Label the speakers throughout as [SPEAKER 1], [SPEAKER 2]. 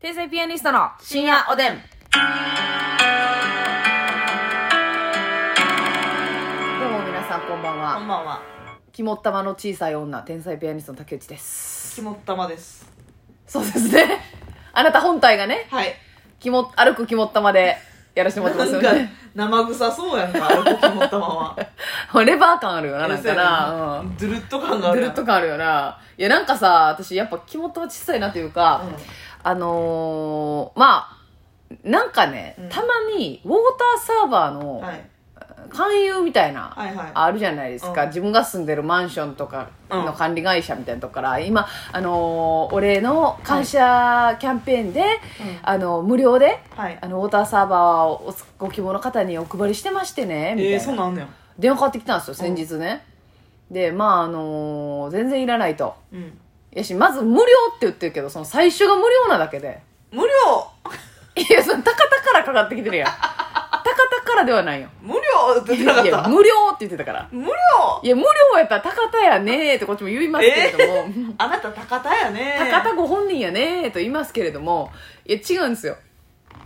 [SPEAKER 1] 天才ピアニストの深夜おでん。どうも皆さんこんばん
[SPEAKER 2] こん
[SPEAKER 1] は。
[SPEAKER 2] ばんは。
[SPEAKER 1] 肝っ玉の小さい女、天才ピアニストの竹内です。
[SPEAKER 2] 肝っ玉です。
[SPEAKER 1] そうですね。あなた本体がね、
[SPEAKER 2] はい。
[SPEAKER 1] 肝、歩く肝っ玉でやらせても
[SPEAKER 2] な
[SPEAKER 1] らってます
[SPEAKER 2] ん
[SPEAKER 1] よ
[SPEAKER 2] か
[SPEAKER 1] ね。
[SPEAKER 2] 生臭そうやんか、俺の肝っ玉は。
[SPEAKER 1] レバー感あるよな、なんかな。うん
[SPEAKER 2] ドゥルッと感があ
[SPEAKER 1] ドゥ
[SPEAKER 2] る
[SPEAKER 1] ル
[SPEAKER 2] やん。
[SPEAKER 1] ッと感あるよな。いや、なんかさ、私やっぱ肝っ玉小さいなというか、あのー、まあ、なんかね、
[SPEAKER 2] うん
[SPEAKER 1] たまにウォーターサーバーの、
[SPEAKER 2] うんはい。
[SPEAKER 1] 勧誘みたいな、
[SPEAKER 2] はいはい。
[SPEAKER 1] あるじゃないですか、
[SPEAKER 2] うん
[SPEAKER 1] 自分が住んでるマンションとか
[SPEAKER 2] う
[SPEAKER 1] の
[SPEAKER 2] ん
[SPEAKER 1] 管理会社みたいなとこから今、あのー俺の感謝キャンペーンで、あの無料で
[SPEAKER 2] はい
[SPEAKER 1] あ。のウォーターサーバーをおつご希望の方にお配りしてましてねみたいな、
[SPEAKER 2] えー、そんなんあんねや。
[SPEAKER 1] 電話かかってきたんですよ先日ね、でまああのー全然いらないと
[SPEAKER 2] うん。
[SPEAKER 1] やしまず無料って言ってるけどその最初が無料なだけで
[SPEAKER 2] 無料
[SPEAKER 1] いやその高田からかかってきてるやん高田からではないよ
[SPEAKER 2] 無料って
[SPEAKER 1] い
[SPEAKER 2] 言ってなかっ
[SPEAKER 1] や
[SPEAKER 2] た。
[SPEAKER 1] 無料って言ってたから
[SPEAKER 2] 無料
[SPEAKER 1] いや、無料やったら高田やねーってこっちも言いますけれども、
[SPEAKER 2] あなた高田やね。
[SPEAKER 1] 高田ご本人やねーと言いますけれども、いや、違うんですよ。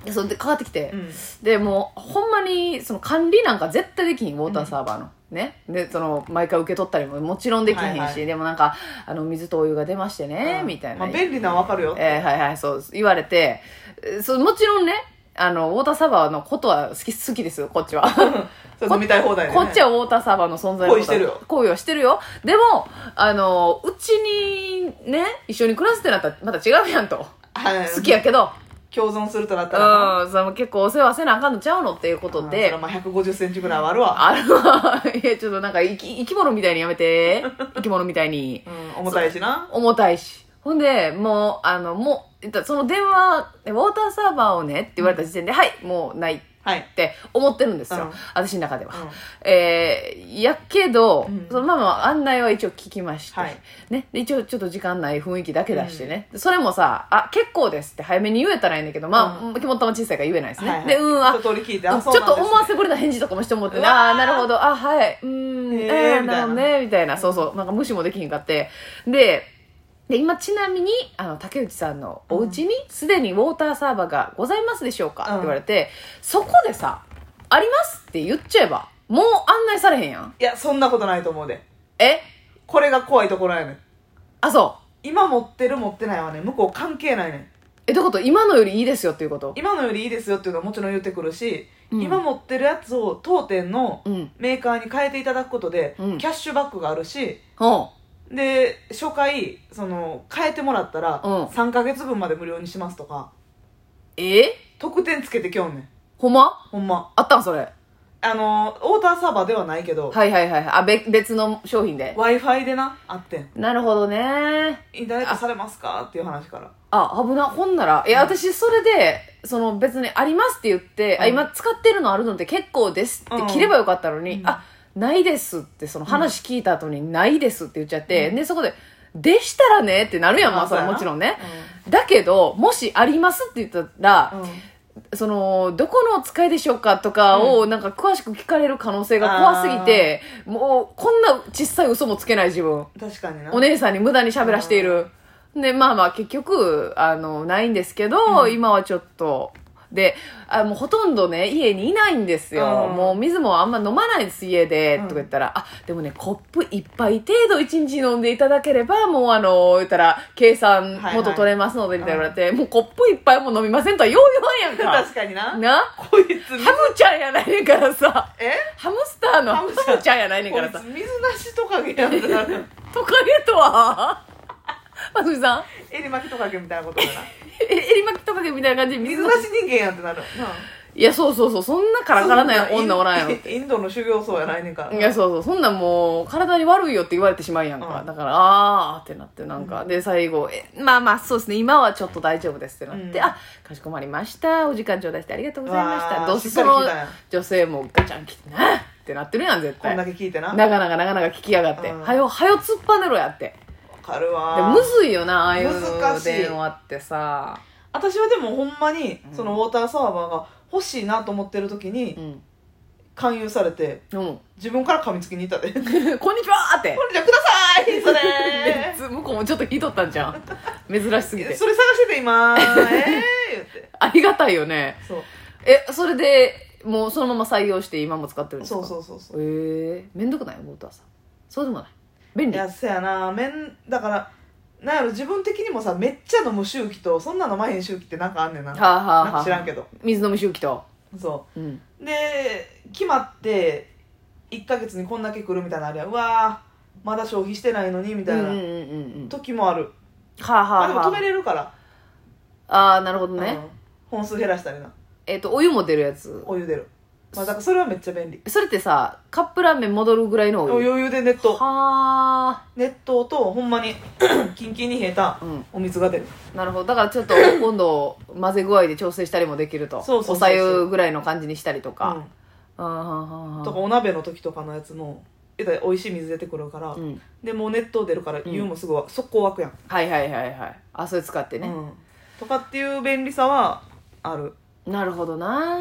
[SPEAKER 1] いやそれでかかってきて、
[SPEAKER 2] うん。
[SPEAKER 1] で、もう、ほんまに、その管理なんか絶対できひん、ウォーターサーバーの。ね。で、その、毎回受け取ったりももちろんできひんし、
[SPEAKER 2] はいはい
[SPEAKER 1] でもなんか、あの、水とお湯が出ましてね、みたいな。
[SPEAKER 2] まあ、便利なのわかるよ。
[SPEAKER 1] えーはいはい、そう、言われて、えーそうもちろんね、あの、ウォーターサーバーのことは好き、好きですよ、こっ ちは。
[SPEAKER 2] そう飲みたい放題でね。
[SPEAKER 1] こっちはウォーターサーバーの存在のこと
[SPEAKER 2] 恋してるよ
[SPEAKER 1] 恋をしてるよ。でも、あの、うちにね、一緒に暮らすってなったらまた違うやんと。
[SPEAKER 2] はい。
[SPEAKER 1] 好きやけど、
[SPEAKER 2] 共存するとなったらな。
[SPEAKER 1] うん、その結構お世話せなあかんのちゃうのっていうこと
[SPEAKER 2] うんそ
[SPEAKER 1] で
[SPEAKER 2] ら、まあ、150センチぐらいはあるわ。
[SPEAKER 1] あるわ。 いや、ちょっとなんか生き生き物みたいにやめて。生き物みたいに
[SPEAKER 2] う。ん、重たいしな。
[SPEAKER 1] 重たいし。ほんで、もう、あの、もうえっと、その電話、ウォーターサーバーをねって言われた時点で、はい、もうないっ
[SPEAKER 2] はい。
[SPEAKER 1] て思ってるんですよ。
[SPEAKER 2] うん
[SPEAKER 1] 私の中では。
[SPEAKER 2] うん
[SPEAKER 1] えーやけど、
[SPEAKER 2] うん
[SPEAKER 1] そのまあまあ案内は一応聞きまして、
[SPEAKER 2] はい
[SPEAKER 1] ね、で一応ちょっと時間ない雰囲気だけ出してね、それもさ「あ結構です」って早めに言えたらいいんだけどまあ、
[SPEAKER 2] う
[SPEAKER 1] 気持ちも小さいから言えないですね、
[SPEAKER 2] はいはい
[SPEAKER 1] でうんあ
[SPEAKER 2] 一通り聞いて、
[SPEAKER 1] ちょ
[SPEAKER 2] あ、
[SPEAKER 1] っ
[SPEAKER 2] そうなん
[SPEAKER 1] と
[SPEAKER 2] ですね
[SPEAKER 1] 思わせぶりな返事とかもしてもって、
[SPEAKER 2] うわー
[SPEAKER 1] ああー、なるほど、あはい、うーん、
[SPEAKER 2] へー
[SPEAKER 1] えー
[SPEAKER 2] み
[SPEAKER 1] な
[SPEAKER 2] た
[SPEAKER 1] る
[SPEAKER 2] いな
[SPEAKER 1] ほどね、みたいな、そうそう、なんか無視もできひんかって。で、で今ちなみに、あの、竹内さんのお家に、すでにウォーターサーバーがございますでしょうか、
[SPEAKER 2] うん
[SPEAKER 1] って言われて、そこでさ、ありますって言っちゃえば、もう案内されへんやん。
[SPEAKER 2] いや、そんなことないと思うで。
[SPEAKER 1] え
[SPEAKER 2] これが怖いところやねん。
[SPEAKER 1] あ、そう。
[SPEAKER 2] 今持ってる持ってないはね、向こう関係ないねん。
[SPEAKER 1] え、どういうこと今のよりいいですよっていうこと
[SPEAKER 2] 今のよりいいですよっていうのはもちろん言ってくるし、
[SPEAKER 1] うん
[SPEAKER 2] 今持ってるやつを当店の
[SPEAKER 1] うん。
[SPEAKER 2] メーカーに変えていただくことで、
[SPEAKER 1] うん
[SPEAKER 2] キャッシュバックがあるし、
[SPEAKER 1] ほ
[SPEAKER 2] で、初回、その、変えてもらったら、
[SPEAKER 1] うん
[SPEAKER 2] 3ヶ月分まで無料にしますとか、
[SPEAKER 1] う。え
[SPEAKER 2] 特典つけてきょんねん。
[SPEAKER 1] ほんま
[SPEAKER 2] ほんま。
[SPEAKER 1] あったんそれ。
[SPEAKER 2] あの、ウォーターサーバーではないけど、
[SPEAKER 1] はいはいはいはい。あ、べ別の商品で。
[SPEAKER 2] Wi-Fi でな、あってん。
[SPEAKER 1] なるほどね。
[SPEAKER 2] インターネットされますかっていう話から。
[SPEAKER 1] あ、危な。ほんなら、いや、
[SPEAKER 2] うん
[SPEAKER 1] 私、それで、その、別にありますって言って、あ、
[SPEAKER 2] うん
[SPEAKER 1] 今使ってるのあるので結構ですって
[SPEAKER 2] うん
[SPEAKER 1] 切ればよかったのに、
[SPEAKER 2] うん
[SPEAKER 1] あ、ないですって、その話聞いた後に、ないですって言っちゃって、で、そこで、でしたらねってなるやん、まあ、
[SPEAKER 2] あ
[SPEAKER 1] それ
[SPEAKER 2] そうやな
[SPEAKER 1] もちろんね。だけど、もしありますって言ったら、
[SPEAKER 2] うん。
[SPEAKER 1] その、どこのお使いでしょうかとかを、なんか詳しく聞かれる可能性が怖すぎて、もう、こんな小さい嘘もつけない自分。
[SPEAKER 2] 確かにな。
[SPEAKER 1] お姉さんに無駄に喋らしている。で、まあまあ結局、あの、ないんですけど、
[SPEAKER 2] うん
[SPEAKER 1] 今はちょっと。で、あもうほとんどね、家にいないんですよ。
[SPEAKER 2] うん
[SPEAKER 1] もう水もあんま飲まないです、家で。
[SPEAKER 2] うん
[SPEAKER 1] とか言ったら、あ、でもね、コップ一杯程度一日飲んでいただければ、もうあの、言ったら、計算
[SPEAKER 2] はい
[SPEAKER 1] 元取れますので、みたいな言われて、もうコップ一杯も飲みませんとはよう言わんやん
[SPEAKER 2] 確かにな
[SPEAKER 1] か。。な
[SPEAKER 2] こいつ、
[SPEAKER 1] ハムちゃんやないねんからさ。
[SPEAKER 2] え
[SPEAKER 1] ハムスターのハ
[SPEAKER 2] ハ
[SPEAKER 1] ム
[SPEAKER 2] ムちゃん
[SPEAKER 1] ちゃんやないねん
[SPEAKER 2] こ
[SPEAKER 1] か
[SPEAKER 2] い
[SPEAKER 1] ら
[SPEAKER 2] つ
[SPEAKER 1] さ。
[SPEAKER 2] 水なしトカゲやんって なる
[SPEAKER 1] トカゲとは松井さん
[SPEAKER 2] 襟巻きトカゲみたいなことだな
[SPEAKER 1] え 襟巻きトカゲみたいな感じで水
[SPEAKER 2] 水
[SPEAKER 1] の
[SPEAKER 2] なし人間やんってなる
[SPEAKER 1] いやそうそうそうそんなからからない女おらんやろ
[SPEAKER 2] インインドの修行僧やないねんから
[SPEAKER 1] いやそうそうそんなんもう体に悪いよって言われてしまうやんか、
[SPEAKER 2] うん
[SPEAKER 1] だからあーってなってなんか、で最後えまあまあそうですね今はちょっと大丈夫ですってなって、
[SPEAKER 2] うん
[SPEAKER 1] あかしこまりましたお時間頂戴してありがとうございまし
[SPEAKER 2] う
[SPEAKER 1] た
[SPEAKER 2] わー
[SPEAKER 1] どうせ
[SPEAKER 2] しっか
[SPEAKER 1] そ
[SPEAKER 2] り
[SPEAKER 1] の
[SPEAKER 2] 聞いたんや
[SPEAKER 1] 女性もガチャン来てなってなってるやん絶
[SPEAKER 2] こ
[SPEAKER 1] 対
[SPEAKER 2] んだ
[SPEAKER 1] な
[SPEAKER 2] け聞いてな
[SPEAKER 1] か
[SPEAKER 2] わ
[SPEAKER 1] なかなかなか聞きやがって、
[SPEAKER 2] うん
[SPEAKER 1] はよはよ突っぱねろやって
[SPEAKER 2] かるわ
[SPEAKER 1] で
[SPEAKER 2] ー
[SPEAKER 1] むずいよなああいう
[SPEAKER 2] 難しい
[SPEAKER 1] 電話ってさ
[SPEAKER 2] 私はでもほんまにそのウォーターサーバーが欲しいなと思ってる時に
[SPEAKER 1] うん
[SPEAKER 2] 勧誘されて
[SPEAKER 1] うん
[SPEAKER 2] 自分から噛みつきに行ったで「こ
[SPEAKER 1] 「
[SPEAKER 2] れ
[SPEAKER 1] こんにちは!」って
[SPEAKER 2] じゃくださいそれ
[SPEAKER 1] でつ向こうもちょっと聞いとったんじゃん珍しすぎて
[SPEAKER 2] それ探して て今ええー」言って
[SPEAKER 1] ありがたいよね
[SPEAKER 2] そう
[SPEAKER 1] えそれでもうそのまま採用して今も使ってるんです
[SPEAKER 2] そ
[SPEAKER 1] か
[SPEAKER 2] うそうそうそう
[SPEAKER 1] うへえ面倒くないウォーターさんそうでもない便
[SPEAKER 2] い
[SPEAKER 1] 利
[SPEAKER 2] やせやなめんだからなんやろ自分的にもさめっちゃ飲む周期とそんな飲まへん周期ってなんかあんねんな
[SPEAKER 1] はあはあ
[SPEAKER 2] な
[SPEAKER 1] は
[SPEAKER 2] んか
[SPEAKER 1] あ
[SPEAKER 2] 知らんけど
[SPEAKER 1] 水飲み周期と
[SPEAKER 2] そ
[SPEAKER 1] うん
[SPEAKER 2] うで決まって1か月にこんだけ来るみたいなのあれやうわーまだ消費してないのにみたい
[SPEAKER 1] うんうん
[SPEAKER 2] な
[SPEAKER 1] うんうんうん
[SPEAKER 2] 時もある、
[SPEAKER 1] はあ
[SPEAKER 2] ま
[SPEAKER 1] は
[SPEAKER 2] あ
[SPEAKER 1] あ
[SPEAKER 2] でも
[SPEAKER 1] は
[SPEAKER 2] 止めれるから、
[SPEAKER 1] ああーなるほどね
[SPEAKER 2] うん本数減らしたりな
[SPEAKER 1] えっ、とお湯も出るやつ
[SPEAKER 2] お湯出る、まあ、だからそれはめっちゃ便利
[SPEAKER 1] それってさカップラーメン戻るぐらいのお湯
[SPEAKER 2] 余裕で熱湯
[SPEAKER 1] は
[SPEAKER 2] 熱湯とほんまに キンキンに冷えた
[SPEAKER 1] あうん
[SPEAKER 2] お水が出る
[SPEAKER 1] なるほどだからちょっと今度混ぜ具合で調整したりもできると
[SPEAKER 2] そうそうそうそう
[SPEAKER 1] おさゆぐらいの感じにしたりと
[SPEAKER 2] う
[SPEAKER 1] か、
[SPEAKER 2] ん
[SPEAKER 1] あーはあはあはあ
[SPEAKER 2] とかお鍋の時とかのやつも言ったら美味しい水出てくるから、
[SPEAKER 1] うん、
[SPEAKER 2] でもう熱湯出るから湯もすぐわ速攻沸くやん、
[SPEAKER 1] はいはいはいはいあそれ使ってね、
[SPEAKER 2] うんとかっていう便利さはある
[SPEAKER 1] なるほどな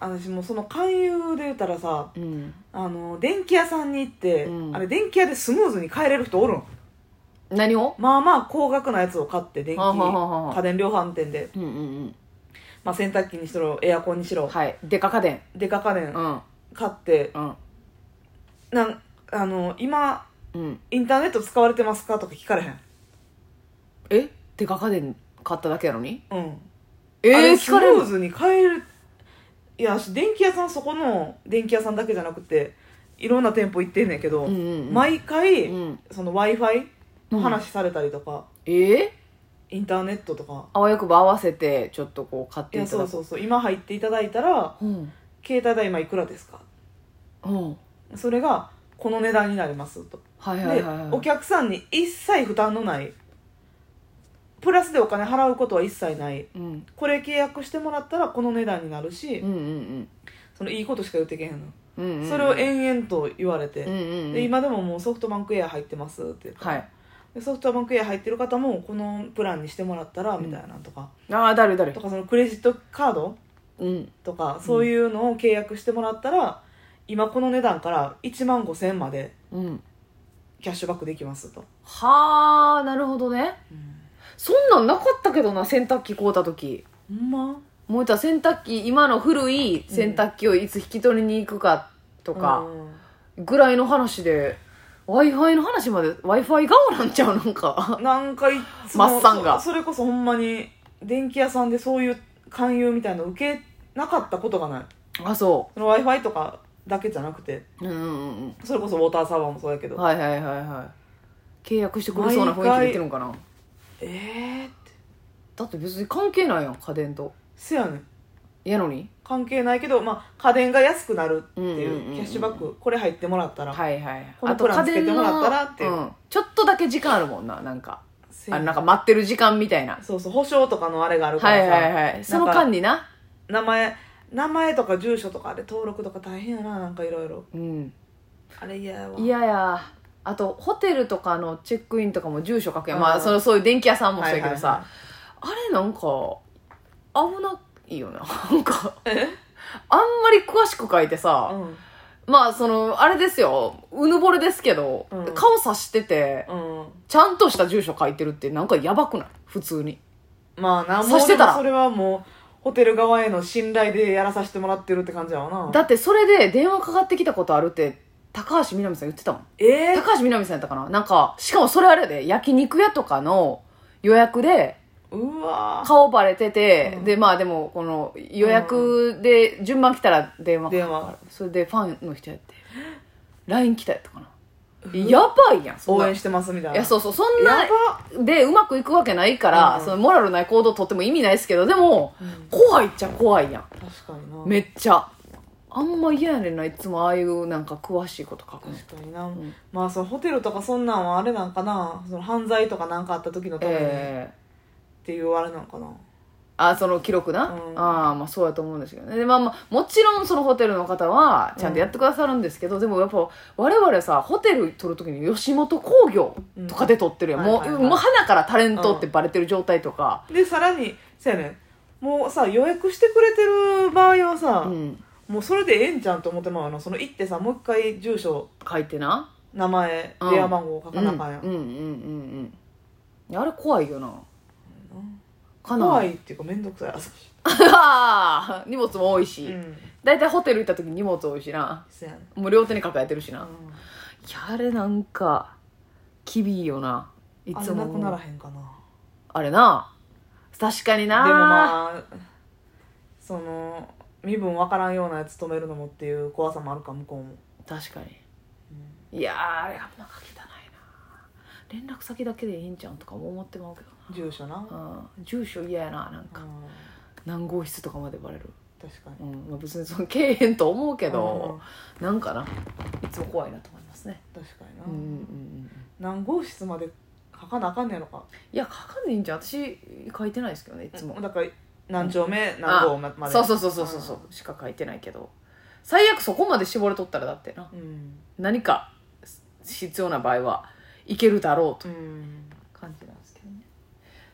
[SPEAKER 2] 私もうその勧誘で言ったらさ
[SPEAKER 1] うん
[SPEAKER 2] あの電気屋さんに行って、
[SPEAKER 1] うん
[SPEAKER 2] あれ電気屋でスムーズに帰れる人おるん
[SPEAKER 1] 何を
[SPEAKER 2] まあまあ高額なやつを買って電気
[SPEAKER 1] はあはあはあはあ
[SPEAKER 2] 家電量販店で、
[SPEAKER 1] うんうん
[SPEAKER 2] まあ、洗濯機にしろエアコンにし
[SPEAKER 1] うん
[SPEAKER 2] ろ
[SPEAKER 1] はいデカ家電
[SPEAKER 2] デカ家電
[SPEAKER 1] うん
[SPEAKER 2] 買って、
[SPEAKER 1] うん
[SPEAKER 2] なんあの今
[SPEAKER 1] うん
[SPEAKER 2] インターネット使われてますかとか聞かれへん
[SPEAKER 1] えデカ家電買っただけやのに
[SPEAKER 2] うん
[SPEAKER 1] え
[SPEAKER 2] あ
[SPEAKER 1] ー、
[SPEAKER 2] れ
[SPEAKER 1] 聞かれ
[SPEAKER 2] スムー
[SPEAKER 1] る
[SPEAKER 2] ズに買えるいや私電気屋さんそこの電気屋さんだけじゃなくていろんな店舗行ってんねんけど、
[SPEAKER 1] うんうんうん
[SPEAKER 2] 毎回、
[SPEAKER 1] うん
[SPEAKER 2] その w i f i の話されたりとか、
[SPEAKER 1] えー、
[SPEAKER 2] インターネットとか
[SPEAKER 1] あわよくば合わせてちょっとこう買っ
[SPEAKER 2] い
[SPEAKER 1] てい
[SPEAKER 2] や
[SPEAKER 1] た
[SPEAKER 2] そ
[SPEAKER 1] だ
[SPEAKER 2] う
[SPEAKER 1] く
[SPEAKER 2] そうそう今入っていただいたら
[SPEAKER 1] うん
[SPEAKER 2] 携帯代今いくらですか
[SPEAKER 1] うん
[SPEAKER 2] それがこの値段になりますと
[SPEAKER 1] はいはい
[SPEAKER 2] で
[SPEAKER 1] はいはい
[SPEAKER 2] お客さんに一切負担のないプラスでお金払うことは一切ない
[SPEAKER 1] うん
[SPEAKER 2] これ契約してもらったらこの値段になるし、
[SPEAKER 1] うんうん
[SPEAKER 2] そのいいことしか言ってけへんの
[SPEAKER 1] うんうんうん
[SPEAKER 2] それを延々と言われて、
[SPEAKER 1] うんうんう
[SPEAKER 2] で
[SPEAKER 1] ん
[SPEAKER 2] 今でももうソフトバンクエア入ってますって言って
[SPEAKER 1] はい
[SPEAKER 2] でソフトバンクエア入ってる方もこのプランにしてもらったらみたいなとか、
[SPEAKER 1] ああ誰誰
[SPEAKER 2] とかそのクレジットカード
[SPEAKER 1] うん
[SPEAKER 2] とかそういうのを契約してもらったら、今この値段から1万5000円まで
[SPEAKER 1] うん
[SPEAKER 2] キャッシュバックできますと、
[SPEAKER 1] はあなるほどねそんなんなかったけどな洗濯機買うた時
[SPEAKER 2] ほんま
[SPEAKER 1] もうた洗濯機今の古い洗濯機をいつ引き取りに行くかと
[SPEAKER 2] と
[SPEAKER 1] かぐらいの話で w i f i の話まで w i f i 顔なんちゃうなん か
[SPEAKER 2] なんかいつも
[SPEAKER 1] マッサンが
[SPEAKER 2] そそれこそほんまに電気屋さんでそういう勧誘みたいなの受けなかったことがない
[SPEAKER 1] あそ
[SPEAKER 2] その w i f i とかだけじゃなくて
[SPEAKER 1] ううんうんうん
[SPEAKER 2] それこそウォーターサーバーもそうやけ
[SPEAKER 1] う
[SPEAKER 2] ど
[SPEAKER 1] んはいはいはいはい契約してくれそうな雰囲気出てるんかな
[SPEAKER 2] えーって
[SPEAKER 1] だって別に関係ないやん家電と
[SPEAKER 2] せやねん
[SPEAKER 1] やのに
[SPEAKER 2] 関係ないけど、まあ、家電が安くなるって
[SPEAKER 1] うんうんうんう
[SPEAKER 2] い
[SPEAKER 1] ん
[SPEAKER 2] うキャッシュバックこれ入ってもらったら、
[SPEAKER 1] はいはい
[SPEAKER 2] このプランつけてもらったらっていう
[SPEAKER 1] うん、ちょっとだけ時間あるもんななんか
[SPEAKER 2] せや
[SPEAKER 1] あなんか待ってる時間みたいな
[SPEAKER 2] そうそう保証とかのあれがあるか
[SPEAKER 1] は
[SPEAKER 2] ら
[SPEAKER 1] い
[SPEAKER 2] さ、
[SPEAKER 1] はいはいその間にな
[SPEAKER 2] 名前名前とか住所とかあれ登録とか大変やななんかいろいろ
[SPEAKER 1] うん
[SPEAKER 2] あれ嫌やわ
[SPEAKER 1] いややあとホテルとかのチェックインとかも住所書くやん、
[SPEAKER 2] うん
[SPEAKER 1] まあそのそういう電気屋さんもそうやけどさ、
[SPEAKER 2] はい
[SPEAKER 1] あれなんか危ないよな なんかあんまり詳しく書いて
[SPEAKER 2] はい
[SPEAKER 1] さ、
[SPEAKER 2] はい
[SPEAKER 1] まあそのあれですようぬぼれですけど、
[SPEAKER 2] うん
[SPEAKER 1] 顔さしてて
[SPEAKER 2] うん、うん、
[SPEAKER 1] ちゃんとした住所書いてるってなんかやばくない普通に
[SPEAKER 2] まあなも
[SPEAKER 1] さ
[SPEAKER 2] う
[SPEAKER 1] してたら
[SPEAKER 2] でもそれはもうホテル側への信頼でやらさせてもらってるって感じやわな
[SPEAKER 1] だってそれで電話かかってきたことあるって高橋みなみさん言ってたもん
[SPEAKER 2] えー、
[SPEAKER 1] 高橋みなみさんやったかななんかしかもそれあれやで焼肉屋とかの予約で
[SPEAKER 2] うわー
[SPEAKER 1] 顔バレてて、
[SPEAKER 2] うん
[SPEAKER 1] でまあでもこの予約で順番来たら電話かかる
[SPEAKER 2] 電話
[SPEAKER 1] それでファンの人やって LINE 来たやったかな
[SPEAKER 2] うわ
[SPEAKER 1] やばいやんそん
[SPEAKER 2] 応
[SPEAKER 1] な
[SPEAKER 2] 援してますみたいない
[SPEAKER 1] やそうそうそんな
[SPEAKER 2] やば
[SPEAKER 1] でうまくいくわけないから、
[SPEAKER 2] うん
[SPEAKER 1] そのモラルない行動とっても意味ないですけどでも、
[SPEAKER 2] うん
[SPEAKER 1] 怖いっちゃ怖いやん
[SPEAKER 2] 確かにな
[SPEAKER 1] めっちゃあんま嫌やねんないつもああいうなんか詳しいこと書くの
[SPEAKER 2] 確かにな、
[SPEAKER 1] ん
[SPEAKER 2] まあそのホテルとかそんなんはあれなんかなその犯罪とかなんかあった時のためにっ
[SPEAKER 1] ええ
[SPEAKER 2] ていうあれなんかな、
[SPEAKER 1] あその記録な、
[SPEAKER 2] うん
[SPEAKER 1] ああまあそうやと思うんですけどねで、まあまあ、もちろんそのホテルの方はちゃんとやってくださるんですけど、でもやっぱ我々さホテル撮る時に吉本興業とかで撮ってるやん、
[SPEAKER 2] うん
[SPEAKER 1] もう,、
[SPEAKER 2] はいはいはい
[SPEAKER 1] もう花からタレントってバレてる状態とか、
[SPEAKER 2] でさらにそうやねもうさ予約してくれてる場合はさ、
[SPEAKER 1] うん
[SPEAKER 2] もうそれでええんちゃうんと思ってまうのその行ってさもう一回住所
[SPEAKER 1] 書いてな
[SPEAKER 2] 名前
[SPEAKER 1] うん
[SPEAKER 2] 電話番号書かなあかんやん、
[SPEAKER 1] うんうんうんうんあれ怖いよなかな
[SPEAKER 2] 怖
[SPEAKER 1] い
[SPEAKER 2] いっていうか面倒くさい朝
[SPEAKER 1] 荷物も多いし、
[SPEAKER 2] うん
[SPEAKER 1] 大体ホテル行った時に荷物多いしな
[SPEAKER 2] せやな
[SPEAKER 1] もう両手に抱えてるしな、
[SPEAKER 2] う
[SPEAKER 1] い
[SPEAKER 2] ん
[SPEAKER 1] やあれなんか厳いよない
[SPEAKER 2] あ
[SPEAKER 1] つ
[SPEAKER 2] れ
[SPEAKER 1] も
[SPEAKER 2] なくならへんかな
[SPEAKER 1] あれな確かにな
[SPEAKER 2] でもまあその身分わからんようなやつ止めるのもっていう怖さもあるか向こうも、
[SPEAKER 1] 確かに
[SPEAKER 2] うん
[SPEAKER 1] いやーあれあんま書きたないな連絡先だけでいいんじゃうんとかも思ってまうけど
[SPEAKER 2] 住所な、
[SPEAKER 1] な、うん、住所嫌やななんか、
[SPEAKER 2] うん
[SPEAKER 1] 何号室とかまでバレる、
[SPEAKER 2] 確かに
[SPEAKER 1] うんまあ、別にそのけえへんと思うけ
[SPEAKER 2] うん
[SPEAKER 1] ど、なんかないつも怖いなと思いますね
[SPEAKER 2] 確かにな、
[SPEAKER 1] うんうんうん
[SPEAKER 2] 何号室まで書かなあかんねやろか
[SPEAKER 1] いや書かんでいいんじゃん私書いてないですけどねいつも、
[SPEAKER 2] だから何丁目、何号まで
[SPEAKER 1] そうそうそうそうそうそうしか書いてないけど最悪そこまで絞れとったらだってな
[SPEAKER 2] うん、
[SPEAKER 1] 何か必要な場合はいけるだろうと
[SPEAKER 2] う
[SPEAKER 1] いうん感じなんですけどね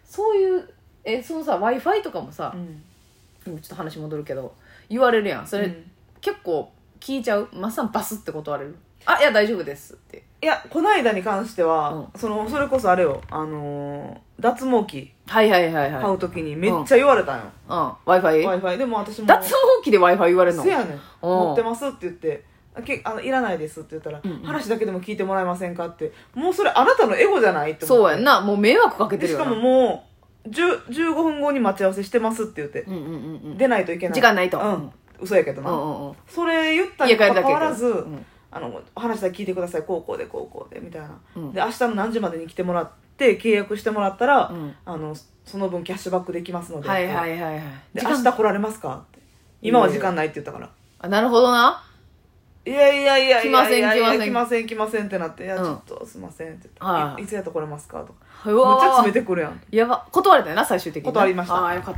[SPEAKER 1] そういうえそのさ w i f i とかもさ
[SPEAKER 2] う、ん、
[SPEAKER 1] 今ちょっと話戻るけど言われるやんそれ、
[SPEAKER 2] うん
[SPEAKER 1] 結構聞いちゃうまっさんバスって断れるあいや大丈夫ですって
[SPEAKER 2] いやこの間に関しては、
[SPEAKER 1] う
[SPEAKER 2] そのそれこそあれよ、あのー脱毛器
[SPEAKER 1] はいはいはいはい
[SPEAKER 2] 買う時にめっちゃ言われたんよ、
[SPEAKER 1] うん w i f i
[SPEAKER 2] w i f i でも私も
[SPEAKER 1] 脱毛器で w i f i 言われるの
[SPEAKER 2] せやねん持って
[SPEAKER 1] ま
[SPEAKER 2] ますって言ってあけあのいらないですって言ったら、
[SPEAKER 1] うんうん
[SPEAKER 2] 話だけでも聞いてもらえませんかってもうそれあなたのエゴじゃないって思って
[SPEAKER 1] そうやんなもう迷惑かけて
[SPEAKER 2] で
[SPEAKER 1] る
[SPEAKER 2] し
[SPEAKER 1] よ
[SPEAKER 2] か
[SPEAKER 1] な
[SPEAKER 2] ももう10 15分後に待ち合わせしてますって言って、
[SPEAKER 1] うんうんうんうん
[SPEAKER 2] 出ないといけない
[SPEAKER 1] 時間ないと
[SPEAKER 2] うん嘘やけど
[SPEAKER 1] う
[SPEAKER 2] な、
[SPEAKER 1] んうんうん
[SPEAKER 2] それ言ったに
[SPEAKER 1] 家帰
[SPEAKER 2] か
[SPEAKER 1] るだ
[SPEAKER 2] か
[SPEAKER 1] け
[SPEAKER 2] わらず、
[SPEAKER 1] うん
[SPEAKER 2] あのお話だけ聞いてくださいこうこうでこうこうでみたいな、
[SPEAKER 1] うん
[SPEAKER 2] で明日の何時までに来てもらって契約してもらったら、
[SPEAKER 1] うん
[SPEAKER 2] あのその分キャッシュバックできますので,、
[SPEAKER 1] はいはいはいはい
[SPEAKER 2] で
[SPEAKER 1] 時
[SPEAKER 2] 明
[SPEAKER 1] 間
[SPEAKER 2] 日来られますかって今は時間ないって言ったから
[SPEAKER 1] あなるほどない
[SPEAKER 2] やいやいやいやいやいや
[SPEAKER 1] 来
[SPEAKER 2] 来
[SPEAKER 1] ま
[SPEAKER 2] ません来ませんってなって「いやち
[SPEAKER 1] うん
[SPEAKER 2] ょっとすいません」って言
[SPEAKER 1] は
[SPEAKER 2] って
[SPEAKER 1] い
[SPEAKER 2] い「いつやと来れますか?」とか
[SPEAKER 1] う
[SPEAKER 2] めっちゃ
[SPEAKER 1] わ
[SPEAKER 2] 詰めてくるやん
[SPEAKER 1] やば断れたよな最終的にな
[SPEAKER 2] 断りました
[SPEAKER 1] ああよかっ